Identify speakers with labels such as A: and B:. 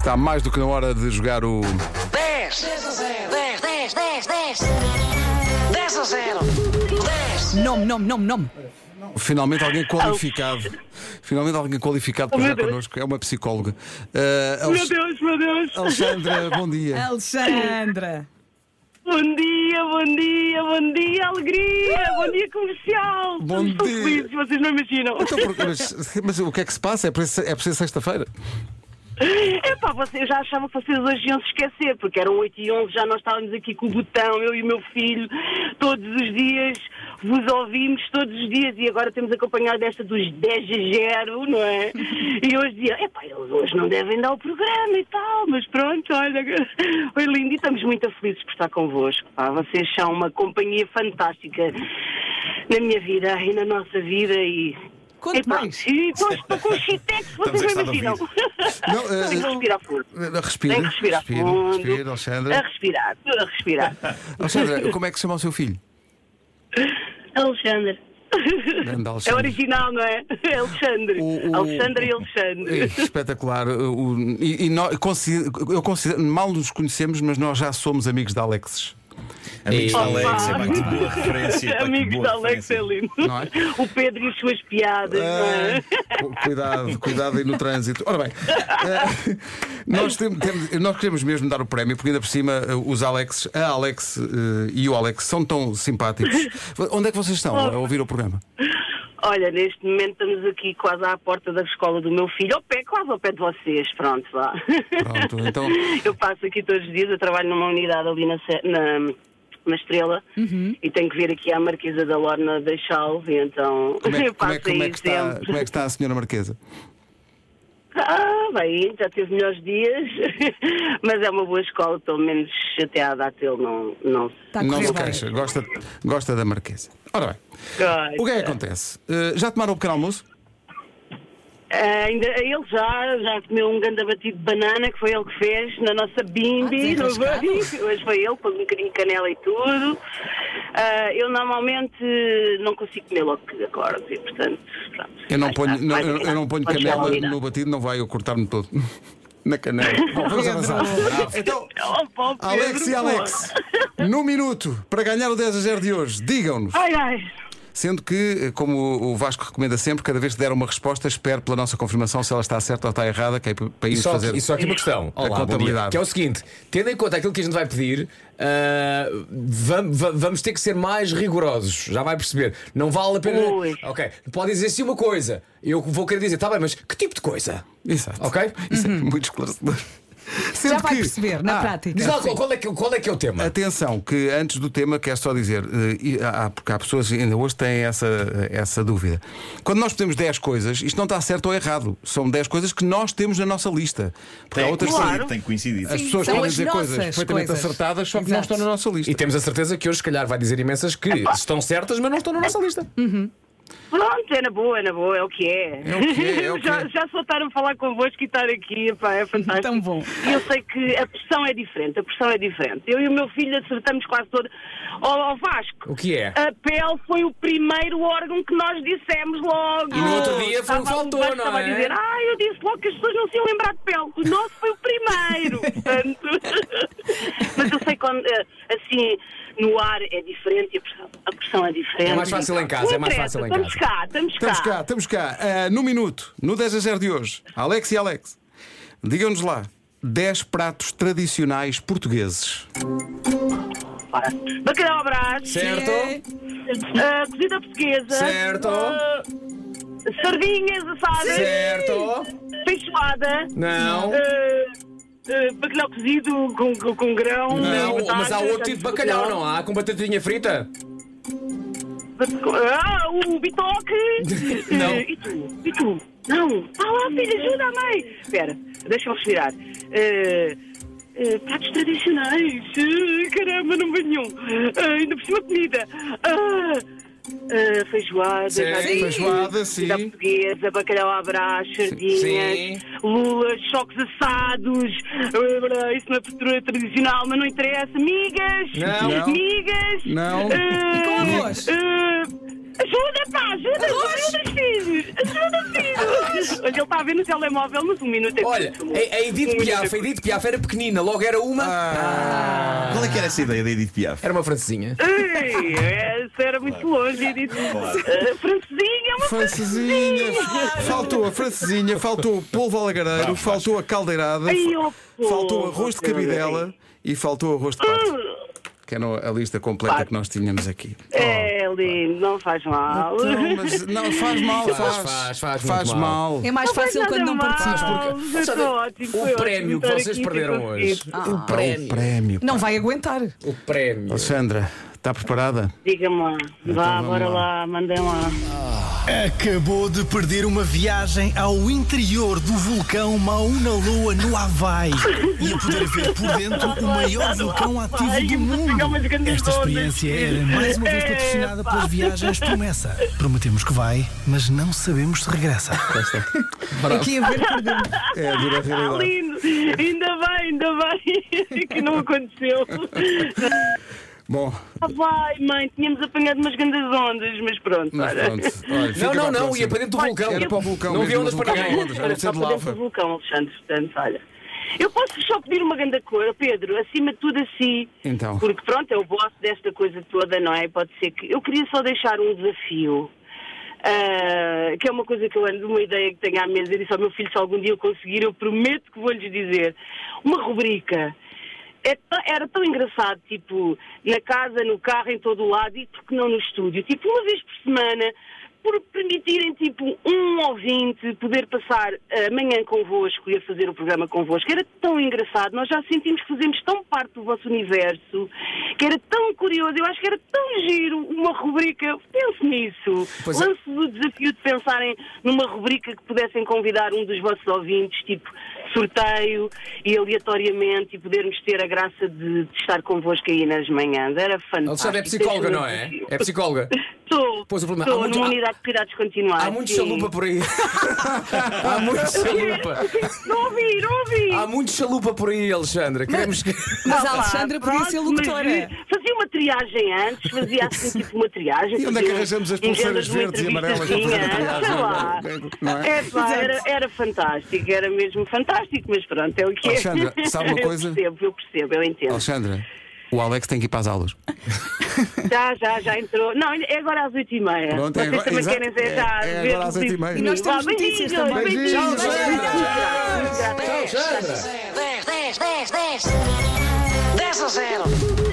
A: Está mais do que na hora de jogar o
B: 10 a 0. 10, 10, 10, 10. 10 a 0. 10.
C: Nome, nome, nome, nome.
A: finalmente alguém qualificado. Finalmente alguém qualificado para
D: meu
A: jogar
D: Deus.
A: connosco. É uma psicóloga. Ah, Alex-
D: Meu Deus, meu Deus.
A: Alexandra, bom dia.
C: Alexandra.
D: Bom dia, bom dia, bom dia, alegria. Bom dia, comercial.
A: Bom
D: Estou
A: dia.
D: felizes, vocês não imaginam.
A: Então, por- mas, mas o que é que se passa? É para ser, é para ser sexta-feira?
D: Epá, vocês já achavam que vocês hoje iam se esquecer, porque eram 8 e 11, já nós estávamos aqui com o botão, eu e o meu filho, todos os dias, vos ouvimos todos os dias e agora temos acompanhado desta dos 10 a 0, não é? E hoje dizia, epá, eles hoje não devem dar o programa e tal, mas pronto, olha, foi lindo e estamos muito felizes por estar convosco, pá, vocês são uma companhia fantástica na minha vida e na nossa vida e...
C: Conte
D: Epá,
C: mais.
D: E estou estou com o chitex,
A: Estamos
D: vocês não
A: a gostar de
D: imaginam.
A: Não, eh,
D: Tenho que respirar fundo.
A: Respira.
D: Tem que
A: respira,
D: respirar É, fundo.
A: respira,
D: A
A: Alexandra.
D: respirar, tudo a respirar.
A: Alexandra, como é que se chama o seu filho?
D: Alexandre.
A: Grande Alexandre.
D: É original, não é? É Alexandre.
A: O- o-
D: Alexandre e Alexandre.
A: É, espetacular. O- o- e, e nó- consi- eu considero, mal nos conhecemos, mas nós já somos amigos da Alexis.
E: Amigos da
D: Opa.
E: Alex, é pá, que boa referência. pá, que
D: Amigos
E: boa
D: da Alex
E: referência.
D: é lindo.
A: Não é?
D: O Pedro e as suas piadas, não é?
A: Cu- Cuidado, cuidado aí no trânsito. Ora bem, eh, nós, temos- temos- nós queremos mesmo dar o prémio, porque ainda por cima eh, os Alex, a Alex eh, e o Alex são tão simpáticos. Onde é que vocês estão a ouvir o programa?
D: Olha, neste momento estamos aqui quase à porta da escola do meu filho, ao pé, quase ao pé de vocês, pronto, vá.
A: Pronto, então-
D: Eu passo aqui todos os dias, eu trabalho numa unidade ali na, Se- na, na Estrela e tenho que vir aqui à Marquesa da Lorna deixá-lo, e então
A: Como é,
D: eu
A: como, é,
D: passo
A: como, é
D: aí
A: que está,
D: sempre.
A: como é que está a senhora Marquesa?
D: Ah, bem, já teve melhores dias, mas é uma boa escola, pelo menos chateada a tê-lo, não, não se
C: Está a
A: Não
C: correr
A: se
C: tá bem.
A: queixa, gosta, gosta da Marquesa. Ora bem,
D: gosta.
A: o que é que acontece? Eh, já tomaram o pequeno almoço?
D: Ah, ainda, ele já, já comeu um ganda batido de banana, que foi ele que fez na nossa bimbi.
C: Ah,
D: não
C: desenrascado.
D: foi? Hoje foi ele, pôs um bocadinho de canela e tudo. Ah, eu normalmente não consigo comer logo que acordo, e portanto, pronto.
A: Eu não
D: Mais
A: ponho,
D: tarde,
A: não,
D: mais
A: eu, eu não ponho
D: tarde, quando chegar
A: canela
D: lá,
A: no batido, não vai eu cortar-me todo. Na canela. Bom, vamos avançar. Então,
D: Oh, pá, Pedro,
A: Alex e
D: pô.
A: Alex, no minuto, para ganhar o 10 a 0 de hoje, digam-nos.
D: Ai, ai.
A: Sendo que, como o Vasco recomenda sempre, cada vez que der uma resposta, espero pela nossa confirmação se ela está certa ou está errada, que é para
F: E
A: irmos
F: só,
A: fazer.
F: e só aqui uma questão.
A: A
F: Olá, bom
A: contabilidade.
F: dia. que é o seguinte: tendo em conta aquilo que a gente vai pedir, ah, vam- va- vamos ter que ser mais rigorosos. Já vai perceber. Não vale a pena.
D: Ui.
F: Ok, pode dizer sim uma coisa. Eu vou querer dizer, tá bem, mas que tipo de coisa?
A: Exato.
F: Ok?
A: Isso é muito esclarecedor. Sempre
C: Já vai
A: que-
C: perceber, na
A: Ah,
C: prática.
F: Diz lá
E: assim.
F: qual, qual é que, qual é que é o tema?
A: Atenção, que antes do tema quero só dizer, eh, e há, porque há pessoas que ainda hoje têm essa, eh, essa dúvida. Quando nós pedimos 10 coisas, isto não está certo ou errado. São 10 coisas que nós temos na nossa lista. Porque há
E: Tem
A: outras
E: coincidido,
D: Claro.
E: tem coincidido.
A: As
C: Sim,
A: pessoas
C: são
A: podem
C: as
A: dizer
C: nossas
A: coisas perfeitamente
C: coisas.
A: acertadas, só que não
C: Exato.
A: estão na nossa lista.
F: E temos a certeza que hoje, se calhar, vai dizer imensas que estão certas, mas não estão na nossa lista.
D: Pronto, é na boa, é na boa, é o que é.
A: É o que é, é o que
D: já,
A: é. Então,
D: já soltaram a falar convosco e estar aqui, pá, é fantástico.
C: Tão bom.
D: E Eu sei que a pressão é diferente, a pressão é diferente. Eu e o meu filho acertamos quase todo. Ó ó, Vasco,
F: O que é?
D: a pele foi o primeiro órgão que nós dissemos logo.
F: E no outro dia foi o
D: Oh, Estava
F: que faltou,
D: o Vasco
F: não
D: estava a
F: é?
D: dizer, ah, eu disse logo que as pessoas não se iam lembrar de pele. O nosso foi o primeiro. Portanto, Mas eu sei quando, eh, assim, no ar é diferente e a pressão, a pressão é diferente.
F: É mais fácil em casa,
D: Não
F: é mais fácil em
D: interessa, estamos
F: casa.
D: Cá, estamos cá.
A: Estamos cá, estamos cá. Ah, no minuto, no 10 a 0 de hoje, Alex e Alex, digam-nos lá 10 pratos tradicionais portugueses.
D: Ora, Bacalhau à Brás,
F: Certo?
C: É.
D: ah, cozida portuguesa,
F: Certo.
D: ah, sardinhas assadas,
F: Certo?
D: feijoada,
F: Não.
D: ah, ah, bacalhau cozido com, com, com grão,
F: Não,
D: batatas,
F: mas há outro tipo de bacalhau, não há? Com batatinha frita?
D: Ah, o bitoque.
F: Não.
D: Ah, E tu? E tu? Não. Ah lá, filho, ajuda a mãe. Espera, deixa-me respirar. Ah, ah, pratos tradicionais. Ah, caramba, não vem nenhum. Ah, ainda por cima comida. Ah, ah, feijoada.
F: Sim.
D: galinha,
F: Sim.
A: Feijoada, sim.
D: comida portuguesa, bacalhau à brás, sardinhas,
F: Sim.
D: lulas, choques assados. Ah, Isso não é cultura tradicional, mas não interessa. Migas.
F: Não.
D: Migas.
A: Não. É,
D: Ah,
C: com arroz?
D: ah, Ajuda, pá, ajuda, ajuda, filhos! Ajuda, filhos! Olha, ele está a ver no telemóvel, mas um minuto é
F: Olha,
D: muito.
F: a, a Edith
D: Um
F: Piaf,
D: minuto
F: a
D: é
F: Edith Piaf era pequenina, logo era uma.
A: Ah.
E: Qual é que era essa ideia da Edith Piaf?
F: Era uma francesinha.
D: Ei, essa era muito longe, Edith.
E: Claro.
D: Ah, Francesinha, uma
A: Francesinha, faltou a francesinha, faltou o polvo alagareiro, faltou a caldeirada,
D: Ai, oh, pô,
A: faltou arroz de
D: meu Deus.
A: cabidela e faltou arroz de pato.
D: Uh,
A: Que era a lista completa que nós tínhamos aqui.
D: É lindo, não faz mal.
A: Não, Então, mas não, faz mal,
F: Faz,
A: faz.
F: faz, faz muito
A: Faz mal.
C: É mais fácil quando não participas.
D: participas.
F: Sabe, o prémio que vocês perderam hoje. O
A: Para tipo, ah, o um prémio.
C: Não vai aguentar.
F: O prémio.
A: Sandra, está tá preparada?
D: Diga-me lá, vá,
A: Então, vamos
D: bora
A: lá.
D: lá, mandem lá.
G: Acabou de perder uma viagem ao interior do vulcão Mauna Loa no Havaí e a poder ver por dentro o maior vulcão ativo do mundo. Esta experiência era mais uma vez patrocinada pelas viagens promessa. Prometemos que vai, mas não sabemos se regressa.
C: Aqui a ver perdemos.
A: É a dura
D: Ah,
A: realidade.
D: lindo! Ainda bem, ainda bem que não aconteceu.
A: Bom,
D: Ah, vai, mãe, tínhamos apanhado umas grandes ondas, mas pronto.
A: mas
D: olha.
A: pronto. Olha, fica
F: Não,
A: para
F: não,
A: a
F: não,
A: próxima.
F: ia para dentro do vulcão.
A: Era para o vulcão.
F: Não havia
A: mesmo,
F: ondas
A: mas
F: para
A: não
F: ninguém.
A: havia ondas,
D: Olha,
A: Era
D: só
A: ser de
D: para dentro do
A: lava.
D: vulcão, Alexandre, portanto, olha. Eu posso só pedir uma grande coisa, Pedro, acima de tudo assim.
A: Então.
D: Porque pronto, é o boss desta coisa toda, não é? Pode ser que. Eu queria só deixar um desafio. ah, que é uma coisa que eu ando, uma ideia que tenho à mesa, eu disse ao meu filho, se algum dia eu conseguir, eu prometo que vou-lhes dizer. Uma rubrica. É tão- era tão engraçado, tipo, na casa, no carro, em todo o lado, e porque não no estúdio? Tipo, uma vez por semana, por permitirem, tipo, um ouvinte poder passar a manhã convosco e a fazer o programa convosco. Era tão engraçado, nós já sentimos que fazemos tão parte do vosso universo, que era tão curioso, eu acho que era tão giro uma rubrica, pense nisso.
F: Pois é.
D: Lance o desafio de pensarem numa rubrica que pudessem convidar um dos vossos ouvintes, tipo sorteio e aleatoriamente, e podermos ter a graça de, de estar convosco aí nas manhãs. Era fantástico.
F: Alexandre é psicóloga, não é? É psicóloga.
D: Estou,
F: Pois o problema- há
D: estou
F: muito-
D: numa
F: há-
D: unidade de cuidados continuados.
F: Há muito
D: sim.
F: chalupa por aí. Há muito chalupa.
D: Não ouvi, não ouvi.
F: Há muito chalupa por aí, Alexandra. Queremos que.
C: Mas
D: Ah,
C: a
D: pá,
C: Alexandra podia
D: pronto,
C: ser é.
D: mas,
C: locutora.
D: eh, Fazia uma triagem antes, fazia assim tipo uma triagem.
A: E onde é que
D: fazia
A: arranjamos as
D: um- um
A: pulseiras
D: género
A: verdes
D: de
A: e
D: uma
A: amarelas para fazer a
D: entrevistazinha,
A: triagem?
D: sei lá.
A: Não é?
D: É pá, era, era fantástico, era mesmo fantástico, mas pronto, é o que é.
A: Alexandra, sabe uma coisa?
D: Eu percebo, eu percebo, eu entendo.
A: Alexandra, o Alex tem que ir para as aulas.
D: Já, já, já entrou. Não, é agora às 8h30.
A: Pronto, é
D: Vocês
A: agora-
D: também
A: exato.
D: querem ver já.
A: É- é
D: ver
A: agora às 8h30.
D: notícias.
A: E
C: nós temos
D: Vá,
C: notícias
D: beijinhos,
C: também.
D: beijinhos,
A: Tchau,
D: beijinhos.
B: Dez a zero.